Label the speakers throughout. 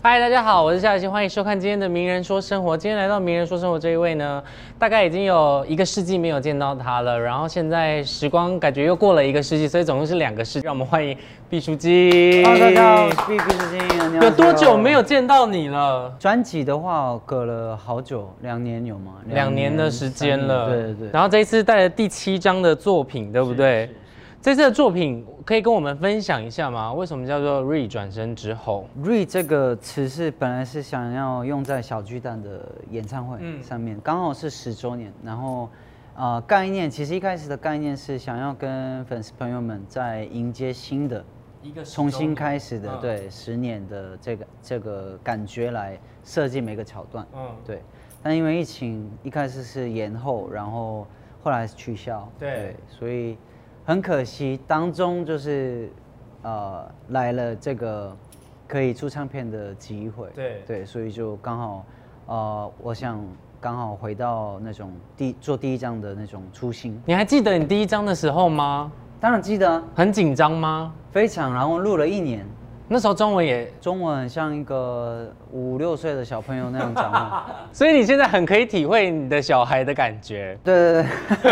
Speaker 1: 嗨，大家好，我是夏雨欣，欢迎收看今天的《名人说生活》。今天来到《名人说生活》这一位呢，大概已经有一个世纪没有见到他了，然后现在时光感觉又过了一个世纪，所以总共是两个世纪。让我们欢迎毕书机。
Speaker 2: Hello，大哦家好，我是毕毕之金。
Speaker 1: 有多久没有见到你了？
Speaker 2: 专辑的话，隔了好久，两年有吗？
Speaker 1: 两年的时间了。
Speaker 2: 三年对对对。
Speaker 1: 然后这一次带来第七张的作品，对不对
Speaker 2: 是？
Speaker 1: 这次的作品可以跟我们分享一下吗？为什么叫做《re 转身之后》？
Speaker 2: re 这个词是本来是想要用在小巨蛋的演唱会
Speaker 1: 嗯
Speaker 2: 上面，刚、好是十周年。然后，呃，概念其实一开始的概念是想要跟粉丝朋友们在迎接新的
Speaker 1: 一个
Speaker 2: 重新开始
Speaker 1: 嗯
Speaker 2: 的，，对十年的这个这个感觉来设计每个桥段。
Speaker 1: 嗯，
Speaker 2: 对，但因为疫情一开始是延后，然后后来取消，
Speaker 1: 对
Speaker 2: 所以很可惜，当中就是呃来了这个可以出唱片的机会，
Speaker 1: 对
Speaker 2: 对，所以就刚好呃，我想刚好回到那种第做第一张的那种初心，
Speaker 1: 你还记得你第一张的时候吗？
Speaker 2: 当然记得啊
Speaker 1: 很紧张吗？
Speaker 2: 非常，然后录了一年。
Speaker 1: 那时候中文也，
Speaker 2: 中文很像一个五六岁的小朋友那样讲话，，
Speaker 1: 所以你现在很可以体会你的小孩的感觉
Speaker 2: 对对对，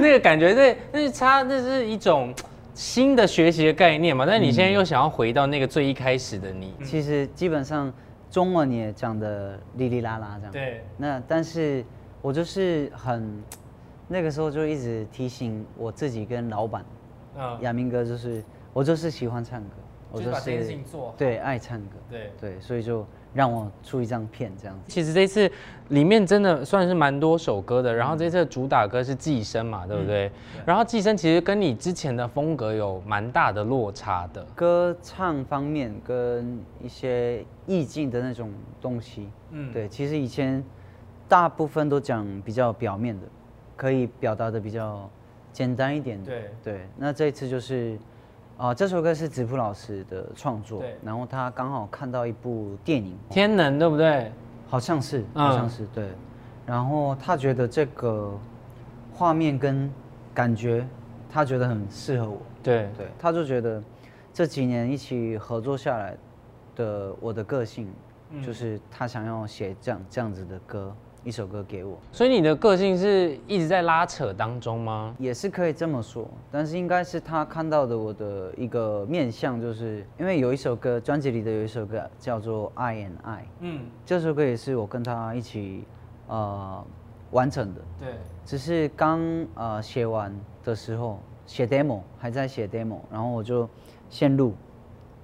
Speaker 1: 那个感觉，那那是差，那是一种新的学习的概念嘛。但你现在又想要回到那个最一开始的你，
Speaker 2: 其实基本上中文也讲的哩哩啦啦这样。。
Speaker 1: 嗯对，
Speaker 2: 那但是我就是很那个时候就一直提醒我自己跟老板
Speaker 1: 嗯，
Speaker 2: 亚明哥，就是我就是喜欢唱歌，我
Speaker 1: 就是把这件事情做好
Speaker 2: 对爱唱歌，
Speaker 1: 对。
Speaker 2: 对，所以就让我出一张片这样子。
Speaker 1: 其实这次里面真的算是蛮多首歌的，然后这次的主打歌是《寄生》嘛，对不对？然后《寄生》其实跟你之前的风格有蛮大的落差的。
Speaker 2: 歌唱方面跟一些意境的那种东西，
Speaker 1: 嗯
Speaker 2: 嗯，对，其实以前大部分都讲比较表面的，可以表达的比较简单一点的，
Speaker 1: 对
Speaker 2: 对。那这一次就是，啊、这首歌是子普老师的创作
Speaker 1: 对，
Speaker 2: 然后他刚好看到一部电影，
Speaker 1: 天能，对不对？
Speaker 2: 好像是，
Speaker 1: 嗯
Speaker 2: 好像是、对，然后他觉得这个画面跟感觉，他觉得很适合我，
Speaker 1: 对，
Speaker 2: 对，他就觉得这几年一起合作下来的我的个性，
Speaker 1: 嗯
Speaker 2: 就是他想要写这样这样子的歌，一首歌给我，
Speaker 1: 所以你的个性是一直在拉扯当中吗？
Speaker 2: 也是可以这么说，但是应该是他看到的我的一个面相，就是因为有一首歌，专辑里的有一首歌叫做《爱 and 爱》，
Speaker 1: 嗯，
Speaker 2: 这首歌也是我跟他一起呃完成的，
Speaker 1: 对，
Speaker 2: 只是刚呃写完的时候，写 demo 还在写 demo，然后我就先录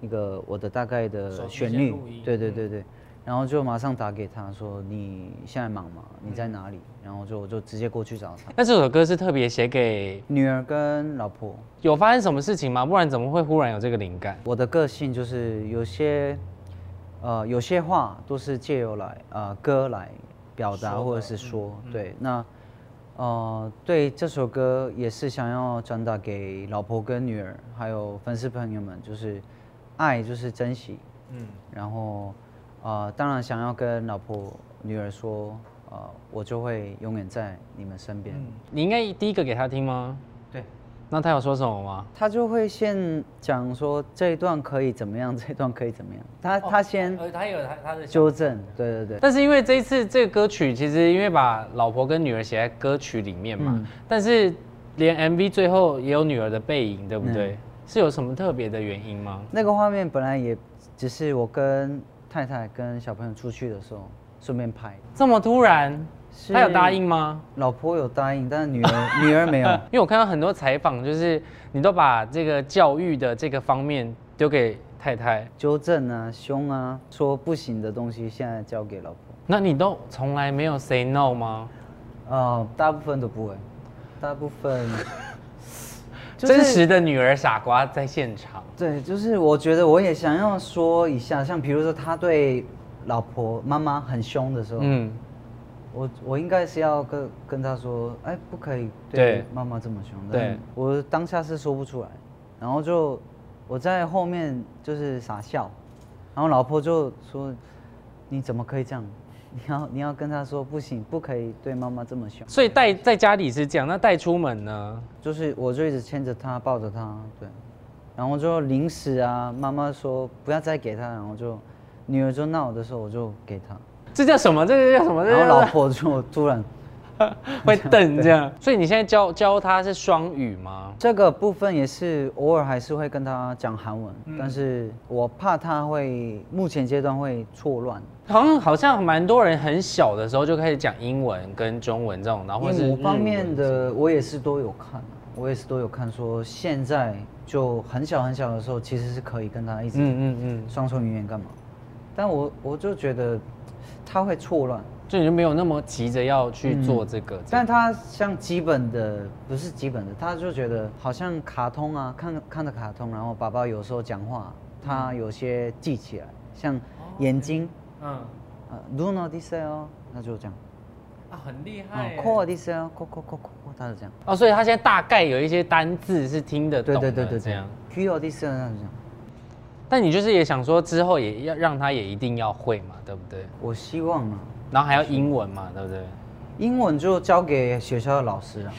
Speaker 2: 一个我的大概
Speaker 1: 手
Speaker 2: 的
Speaker 1: 机
Speaker 2: 旋
Speaker 1: 先
Speaker 2: 律
Speaker 1: 录音，嗯
Speaker 2: 对对对对，然后就马上打给他说你现在忙吗？你在哪里？然后就我就直接过去找他，
Speaker 1: 那这首歌是特别写给
Speaker 2: 女儿跟老婆。
Speaker 1: 有发生什么事情吗？不然怎么会忽然有这个灵感？
Speaker 2: 我的个性就是有些呃有些话都是借由来呃歌来表达或者是说，嗯对那。呃，对这首歌也是想要传达给老婆跟女儿，还有粉丝朋友们，就是爱就是珍惜，
Speaker 1: 嗯，
Speaker 2: 然后呃，当然想要跟老婆女儿说，呃，我就会永远在你们身边。
Speaker 1: 你应该第一个给他听吗？
Speaker 2: 嗯对，
Speaker 1: 那他有说什么吗？
Speaker 2: 他就会先讲说这一段可以怎么样，这一段可以怎么样，他他先
Speaker 1: 呃，他有他他的
Speaker 2: 纠正，对对对，
Speaker 1: 但是因为这一次这个歌曲，其实因为把老婆跟女儿写在歌曲里面嘛，
Speaker 2: 嗯
Speaker 1: 但是连 MV 最后也有女儿的背影，对不对？
Speaker 2: 嗯
Speaker 1: 是有什么特别的原因吗？
Speaker 2: 那个画面本来也只是我跟太太跟小朋友出去的时候顺便拍，
Speaker 1: 这么突然，
Speaker 2: 是
Speaker 1: 他有答应吗？
Speaker 2: 老婆有答应，但是女儿 女儿没有，
Speaker 1: 因为我看到很多采访，就是你都把这个教育的这个方面丢给太太，
Speaker 2: 纠正啊、凶啊、说不行的东西，现在交给老婆，
Speaker 1: 那你都从来没有 say no 吗？
Speaker 2: 呃，大部分都不会，大部 分就是
Speaker 1: 真实的女儿傻瓜在现场，
Speaker 2: 对，就是我觉得我也想要说一下，像比如说他对老婆妈妈很凶的时候，
Speaker 1: 嗯，
Speaker 2: 我我应该是要跟跟他说，哎，不可以
Speaker 1: 对
Speaker 2: 对妈妈这么凶。
Speaker 1: 对，
Speaker 2: 我当下是说不出来，然后就我在后面就是傻笑，然后老婆就说，你怎么可以这样？ 你要你要跟他说不行，不可以对妈妈这么凶。
Speaker 1: 所以带在家里是这样，那带出门呢？
Speaker 2: 就是我就一直牵着他，抱着他，对，然后就零食啊，妈妈说不要再给他，然后就女儿就闹的时候，我就给她，
Speaker 1: 这叫什么？这个叫什么？这
Speaker 2: 然后
Speaker 1: 叫
Speaker 2: 老婆就突然，
Speaker 1: 会瞪这样。所以你现在教教他是双语吗？
Speaker 2: 这个部分也是偶尔还是会跟她讲韩文，
Speaker 1: 嗯
Speaker 2: 但是我怕她会目前阶段会错乱，
Speaker 1: 好像好像蛮多人很小的时候就开始讲英文跟中文这种，然后或
Speaker 2: 因为
Speaker 1: 是
Speaker 2: 某方
Speaker 1: 日
Speaker 2: 面
Speaker 1: 文
Speaker 2: 的我也是都有看，我也是都有看，说现在就很小很小的时候其实是可以跟她一直
Speaker 1: 嗯嗯嗯，
Speaker 2: 双重语言干嘛？但我我就觉得他会错乱，
Speaker 1: 就你就没有那么急着要去做这个。
Speaker 2: 但他像基本的不是基本的，他就觉得好像卡通啊，看看着卡通，然后爸爸有时候讲话，他有些记起来，
Speaker 1: 哦
Speaker 2: 像眼睛，
Speaker 1: 嗯
Speaker 2: 呃，Luna d i s e l 他就这样，
Speaker 1: 啊，很厉
Speaker 2: 啊 c o r d i s e l c o c o c o c o 他就这样，
Speaker 1: 哦，所以他现在大概有一些单字是听得懂
Speaker 2: 对
Speaker 1: 的，
Speaker 2: 对对对
Speaker 1: 这
Speaker 2: 对
Speaker 1: 样。
Speaker 2: ，Q d i s e l 他就这样。
Speaker 1: 但你就是也想说之后也要让他也一定要会嘛，对不对？
Speaker 2: 我希望啊，
Speaker 1: 然后还要英文嘛，对不 对？
Speaker 2: 英文就交给学校的老师啊。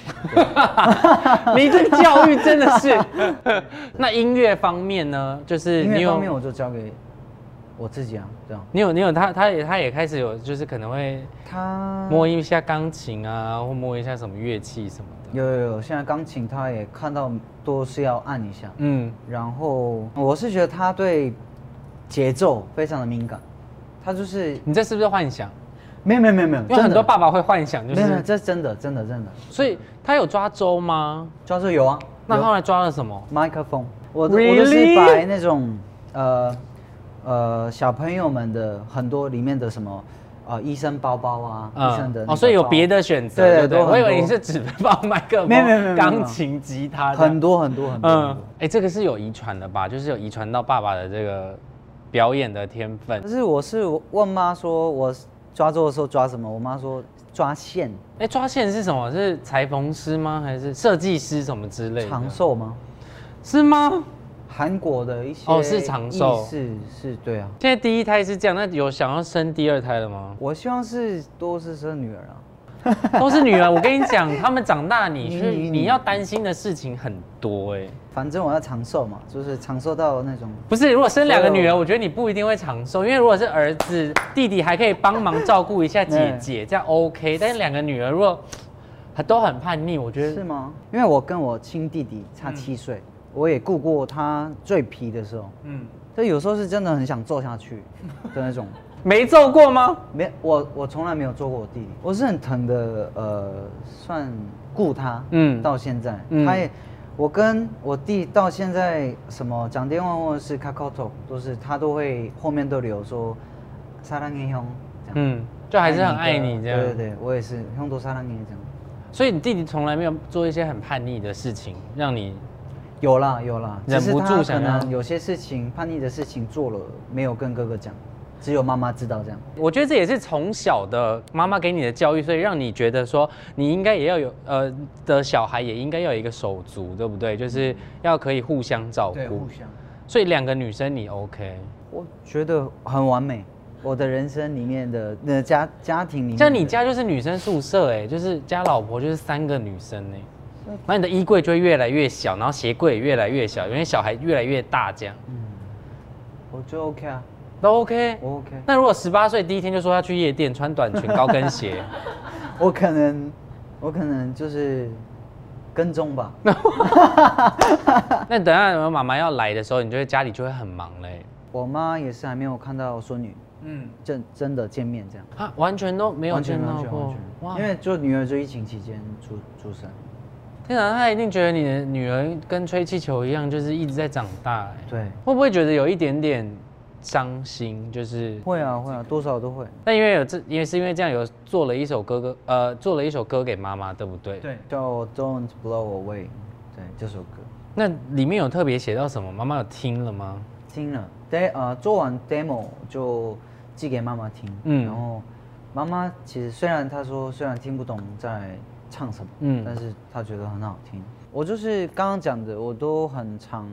Speaker 1: 你这个教育真的是。 那音乐方面呢？就是
Speaker 2: 音
Speaker 1: 你
Speaker 2: 乐
Speaker 1: 有
Speaker 2: 方面我就交给我自己啊，这样。
Speaker 1: 你有你有他他也他也开始有就是可能会
Speaker 2: 他
Speaker 1: 摸一下钢琴啊，或摸一下什么乐器什么的。
Speaker 2: 有有有，现在钢琴他也看到都是要按一下，
Speaker 1: 嗯，
Speaker 2: 然后我是觉得他对节奏非常的敏感，他就是
Speaker 1: 你这是不是幻想？
Speaker 2: 没有没有没有没有，
Speaker 1: 因
Speaker 2: 真
Speaker 1: 为
Speaker 2: 的
Speaker 1: 很多爸爸会幻想，就
Speaker 2: 没有没有，
Speaker 1: 是
Speaker 2: 这真的真的真的，
Speaker 1: 所以他有抓周吗？
Speaker 2: 教授有啊，
Speaker 1: 那
Speaker 2: 有
Speaker 1: 后来抓了什么？
Speaker 2: 麦克风，我都我都是
Speaker 1: Really？
Speaker 2: 把那种呃呃小朋友们的很多里面的什么呃医生包包啊，医生的
Speaker 1: 哦，
Speaker 2: 那个
Speaker 1: 所以有
Speaker 2: 包
Speaker 1: 别的选择，
Speaker 2: 对
Speaker 1: 对不对
Speaker 2: 都很
Speaker 1: 我以为
Speaker 2: 多
Speaker 1: 你是只放麦克风、
Speaker 2: 没有没有没有没有
Speaker 1: 钢琴、吉他的，
Speaker 2: 很多很多很多，
Speaker 1: 啊嗯
Speaker 2: 嗯，，
Speaker 1: 哎，这个是有遗传的吧？就是有遗传到爸爸的这个表演的天分
Speaker 2: 但。是我是问妈说我抓周的时候抓什么，我妈说抓线。
Speaker 1: 哎，抓线是什么？是裁缝师吗？还是设计师什么之类的？
Speaker 2: 长寿吗？
Speaker 1: 是吗？
Speaker 2: 韩国的一些
Speaker 1: 哦是长寿
Speaker 2: 是是，对啊。？
Speaker 1: 现在第一胎是这样，那有想要生第二胎了吗
Speaker 2: 我希望是多是生女儿啊，
Speaker 1: 都是女儿，我跟你讲，他们长大你是
Speaker 2: 你
Speaker 1: 你要担心的事情很多哎、
Speaker 2: 反正我要长寿嘛，就是长寿到那种
Speaker 1: 不是，如果生两个
Speaker 2: 哦
Speaker 1: 女儿，我觉得你不一定会长寿，因为如果是儿子、弟弟还可以帮忙照顾一下姐
Speaker 2: 嗯
Speaker 1: 姐，这样 OK。但是两个女儿如果都很叛逆，我觉
Speaker 2: 是
Speaker 1: 得
Speaker 2: 吗？因为我跟我亲弟弟差七岁，我也顾过他最皮的时候，
Speaker 1: 嗯，
Speaker 2: 所以有时候是真的很想揍下 去的那种。
Speaker 1: 没揍过吗？
Speaker 2: 没，我我从来没有揍过我弟弟，我是很疼的，呃，算顾他，
Speaker 1: 嗯
Speaker 2: 嗯，到现在，
Speaker 1: 嗯
Speaker 2: 他也，我跟我弟到现在什么讲电话或者是 c a c a talk 都是他都会后面都留说，사랑해兄，这样，
Speaker 1: 嗯，就还是很爱你这样。
Speaker 2: 对对对，我也是，형도사랑해这样，
Speaker 1: 所以你弟弟从来没有做一些很叛逆的事情，让你
Speaker 2: 有啦有啦，
Speaker 1: 忍
Speaker 2: 只是
Speaker 1: 不
Speaker 2: 他
Speaker 1: 住
Speaker 2: 可
Speaker 1: 想要
Speaker 2: 能有些事情叛逆的事情做了，没有跟哥哥讲，只有妈妈知道这样。
Speaker 1: 我觉得这也是从小的妈妈给你的教育，所以让你觉得说你应该也要有呃的小孩也应该要有一个手足，对不对？就是要可以互相照顾。
Speaker 2: 嗯相。
Speaker 1: 所以两个女生你 OK，
Speaker 2: 我觉得很完美，我的人生里面的那家家庭里面的，
Speaker 1: 像你家就是女生宿舍哎、就是加老婆就是三个女生哎、然后你的衣柜就会越来越小，然后鞋柜也越来越小，因为小孩越来越大这样
Speaker 2: 嗯我就 OK 啊，
Speaker 1: 都 OK。
Speaker 2: 我 OK，
Speaker 1: 那如果十八岁第一天就说要去夜店穿短裙高跟鞋，
Speaker 2: 我可能我可能就是跟踪吧，
Speaker 1: 那等一下你们妈妈要来的时候，你就会家里就会很忙欸嘞、
Speaker 2: 我妈也是还没有看到孙女
Speaker 1: 嗯，
Speaker 2: 真真的见面这样，
Speaker 1: 啊，完全都没有
Speaker 2: 完全
Speaker 1: 见到
Speaker 2: 完全
Speaker 1: 过
Speaker 2: 完，
Speaker 1: 哇
Speaker 2: 全，因！为就女儿就疫情期间出出生，
Speaker 1: 天哪，他一定觉得你的女儿跟吹气球一样，就是一直在长大、哎，
Speaker 2: 对，
Speaker 1: 会不会觉得有一点点伤心？就是
Speaker 2: 会啊会啊，多少都会，
Speaker 1: 那因为有这，因为是因为这样有做了一首歌歌，呃，做了一首歌给妈妈，对不对？。
Speaker 2: 对，叫 Don't Blow Away，对这首歌
Speaker 1: 那里面有特别写到什么？妈妈有听了吗？
Speaker 2: 听了，对呃做完 demo 就寄给妈妈听，
Speaker 1: 嗯
Speaker 2: 嗯，然后妈妈其实虽然她说虽然听不懂在唱什么，
Speaker 1: 嗯
Speaker 2: 嗯，但是她觉得很好听。我就是刚刚讲的，我都很常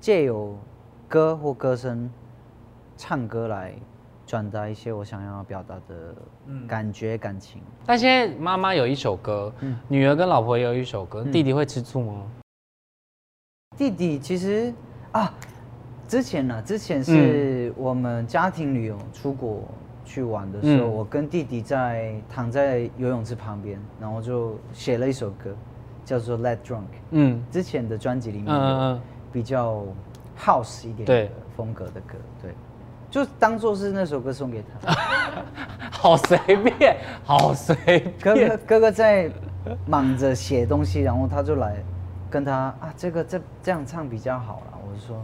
Speaker 2: 借由歌或歌声唱歌来转达一些我想要表达的感觉、感情。
Speaker 1: 但现在妈妈有一首歌，
Speaker 2: 嗯
Speaker 1: 女儿跟老婆也有一首歌，弟弟会吃醋吗？
Speaker 2: 弟弟其实啊，之前呢、之前
Speaker 1: 嗯
Speaker 2: 是我们家庭旅游出国去玩的时候，
Speaker 1: 嗯
Speaker 2: 我跟弟弟在躺在游泳池旁边，然后就写了一首歌，叫做《Let Drunk》。
Speaker 1: 嗯
Speaker 2: 之前的专辑里
Speaker 1: 嗯
Speaker 2: 面有
Speaker 1: 嗯
Speaker 2: 比较 house 一点
Speaker 1: 对
Speaker 2: 的风格的歌，对，就当做是那首歌送给他。
Speaker 1: 嗯，好随便，好随
Speaker 2: 哥
Speaker 1: 便
Speaker 2: 哥， 哥哥在忙着写东西，然后他就来跟他啊，这个这这样唱比较好了。我就说，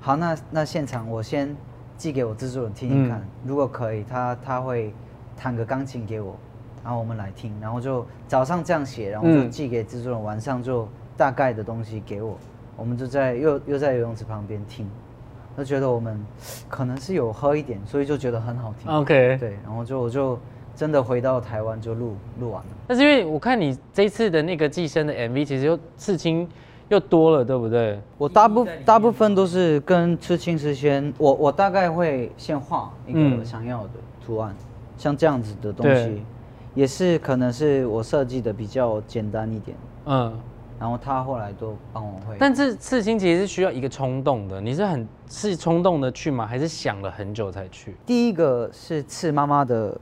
Speaker 2: 好，那那现场我先寄给我制作人听听看，
Speaker 1: 嗯
Speaker 2: 如果可以，他他会弹个钢琴给我，然后我们来听，然后就早上这样写，然后就
Speaker 1: 嗯
Speaker 2: 寄给制作人，晚上就大概的东西给我，我们就在又又在游泳池旁边听，就觉得我们可能是有喝一点，所以就觉得很好听。
Speaker 1: ，OK。
Speaker 2: 对，然后就我就真的回到台湾就录录完了。
Speaker 1: 但是因为我看你这次的那个寄生的 MV，其实又刺青又多了，对不对？
Speaker 2: 我大部大部分都是跟刺青师先，我我大概会先画一个
Speaker 1: 嗯
Speaker 2: 想要的图案，像这样子的东
Speaker 1: 对
Speaker 2: 西，也是可能是我设计的比较简单一点，
Speaker 1: 嗯，
Speaker 2: 然后他后来都帮我会。
Speaker 1: 但是刺青其实是需要一个冲动的，你是很是冲动的去吗？还是想了很久才去？
Speaker 2: 第一个是刺妈妈的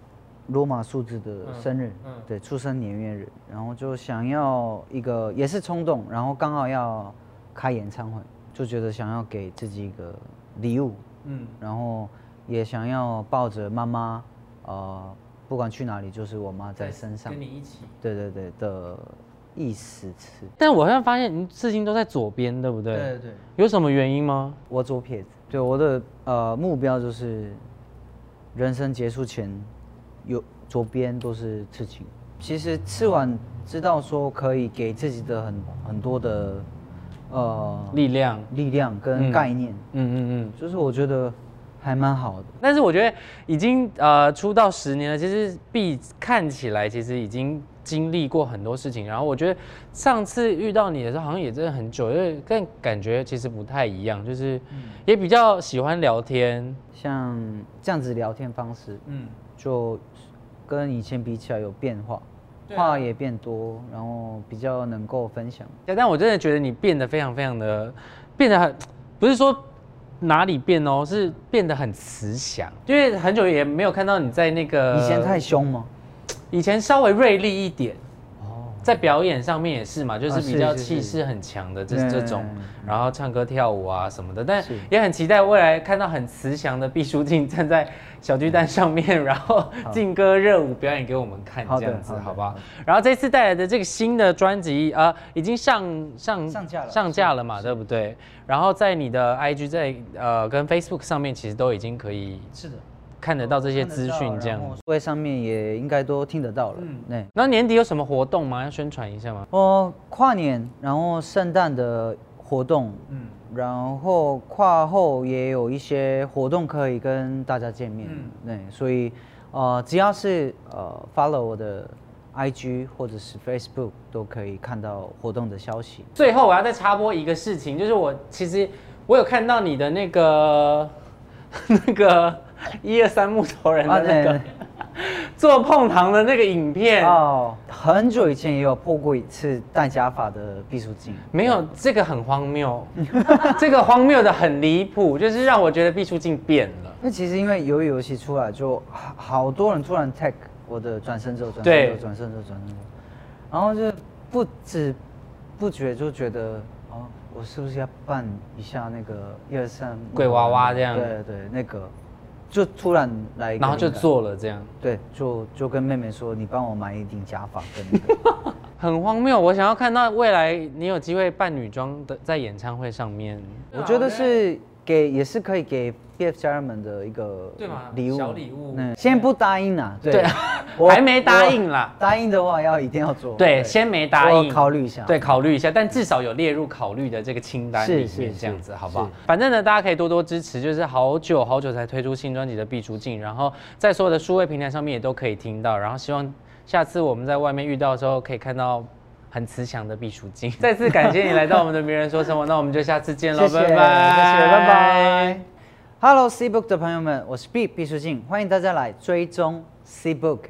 Speaker 2: 罗马数字的生日，
Speaker 1: 嗯
Speaker 2: 对，出生年月日，然后就想要一个也是冲动，然后刚好要开演唱会，就觉得想要给自己一个礼物，
Speaker 1: 嗯
Speaker 2: 然后也想要抱着妈妈，呃，不管去哪里就是我妈在身上，
Speaker 1: 你一起。
Speaker 2: 对对对的意思刺，
Speaker 1: 但我好像发现你刺青都在左边，对不对？
Speaker 2: 对，
Speaker 1: 有什么原因吗？
Speaker 2: 我左撇子，对我的呃目标就是，人生结束前，有左边都是刺青。其实吃完知道说可以给自己的很很多的呃
Speaker 1: 力量。
Speaker 2: 力量
Speaker 1: 嗯
Speaker 2: 跟概念，
Speaker 1: 嗯嗯嗯。
Speaker 2: 就是我觉得还蛮好的。
Speaker 1: 但是我觉得已经呃出道十年了，其实 B 看起来其实已经经历过很多事情。然后我觉得上次遇到你的时候，好像也真的很久，因为但感觉其实不太一样，就是也比较喜欢聊天。
Speaker 2: 像这样子聊天方式，
Speaker 1: 嗯，
Speaker 2: 就跟以前比起来有变化，
Speaker 1: 对啊
Speaker 2: 话也变多，然后比较能够分享。
Speaker 1: 但我真的觉得你变得非常非常的，变得很，不是说哪里变哦，是变得很慈祥，因为很久也没有看到你在那个
Speaker 2: 以前太凶吗？
Speaker 1: 以前稍微锐利一点，
Speaker 2: 哦，
Speaker 1: 在表演上面也是嘛，就是
Speaker 2: 啊
Speaker 1: 比
Speaker 2: 是
Speaker 1: 较
Speaker 2: 是
Speaker 1: 气
Speaker 2: 是
Speaker 1: 势很强的这
Speaker 2: 嗯
Speaker 1: 这种，然后唱歌跳舞啊什么的，但
Speaker 2: 是
Speaker 1: 也很期待未来看到很慈祥的毕书尽站在小巨蛋上面，然后劲歌热舞表演给我们看，
Speaker 2: 嗯好
Speaker 1: 这
Speaker 2: 的
Speaker 1: 样子
Speaker 2: 好的
Speaker 1: 好不好
Speaker 2: 好的？
Speaker 1: 然后这次带来的这个新的专辑啊，呃已经上上
Speaker 2: 上架了
Speaker 1: 上架了嘛，对不对？然后在你的 IG 在呃跟 Facebook 上面，其实都已经可以
Speaker 2: 是的，
Speaker 1: 看得到这些资讯，这样。
Speaker 2: 会上面也应该都听得到了。嗯，对。
Speaker 1: 然后年底有什么活动吗？要宣传一下吗？
Speaker 2: 哦，跨年，然后圣诞的活动，嗯，然后跨后也有一些活动可以跟大家见面，
Speaker 1: 嗯
Speaker 2: 对，所以呃，只要是呃 follow 我的 IG 或者是 Facebook 都可以看到活动的消息。
Speaker 1: 最后我要再插播一个事情，就是我其实我有看到你的那个 那个一二三木头人的 那
Speaker 2: 啊
Speaker 1: 个
Speaker 2: 对
Speaker 1: 做碰糖的那个影片，
Speaker 2: 哦，很久以前也有破过一次戴假发的毕书尽，
Speaker 1: 没有这个很荒谬， 这个荒谬的很离谱，就是让我觉得毕书尽变了。
Speaker 2: 那其实因为鱿鱼游戏出来就好好多人突然 tag 我的转身咒、转身
Speaker 1: 对
Speaker 2: 咒、转身咒、转身咒，然后就不知不觉就觉得哦，我是不是要办一下那个一二三嗯
Speaker 1: 鬼娃娃这样
Speaker 2: 对对，那个就突然来一个灵
Speaker 1: 然
Speaker 2: 感，
Speaker 1: 后就做了这样，
Speaker 2: 对，就就跟妹妹说，你帮我买一顶假发跟那个。
Speaker 1: 很荒谬。我想要看到未来你有机会扮女装的在演唱会上面，
Speaker 2: 我觉得是给也是可以给 BF 家人们的一个
Speaker 1: 对嘛
Speaker 2: 礼物
Speaker 1: 小礼物
Speaker 2: 嗯，先不答应啦，
Speaker 1: 对啊
Speaker 2: 我
Speaker 1: 还没答应啦
Speaker 2: 我答应的话要一定要做。
Speaker 1: 对，先没答
Speaker 2: 我
Speaker 1: 应，
Speaker 2: 有考虑一下
Speaker 1: 对，考虑一下，但至少有列入考虑的这个清单里
Speaker 2: 是是
Speaker 1: 面，
Speaker 2: 是
Speaker 1: 这样子好不好
Speaker 2: 是？
Speaker 1: 反正呢，大家可以多多支持，就是好久好久才推出新专辑的毕竹静，然后在所有的数位平台上面也都可以听到，然后希望下次我们在外面遇到的时候，可以看到。很慈祥的毕淑 静， 再次感谢你来到我们的名人说生活，那我们就下次见喽，
Speaker 2: 谢谢，
Speaker 1: 拜拜，
Speaker 2: 谢谢，拜拜。。Hello C Book 的朋友们，我是 B 毕书尽，欢迎大家来追踪 C Book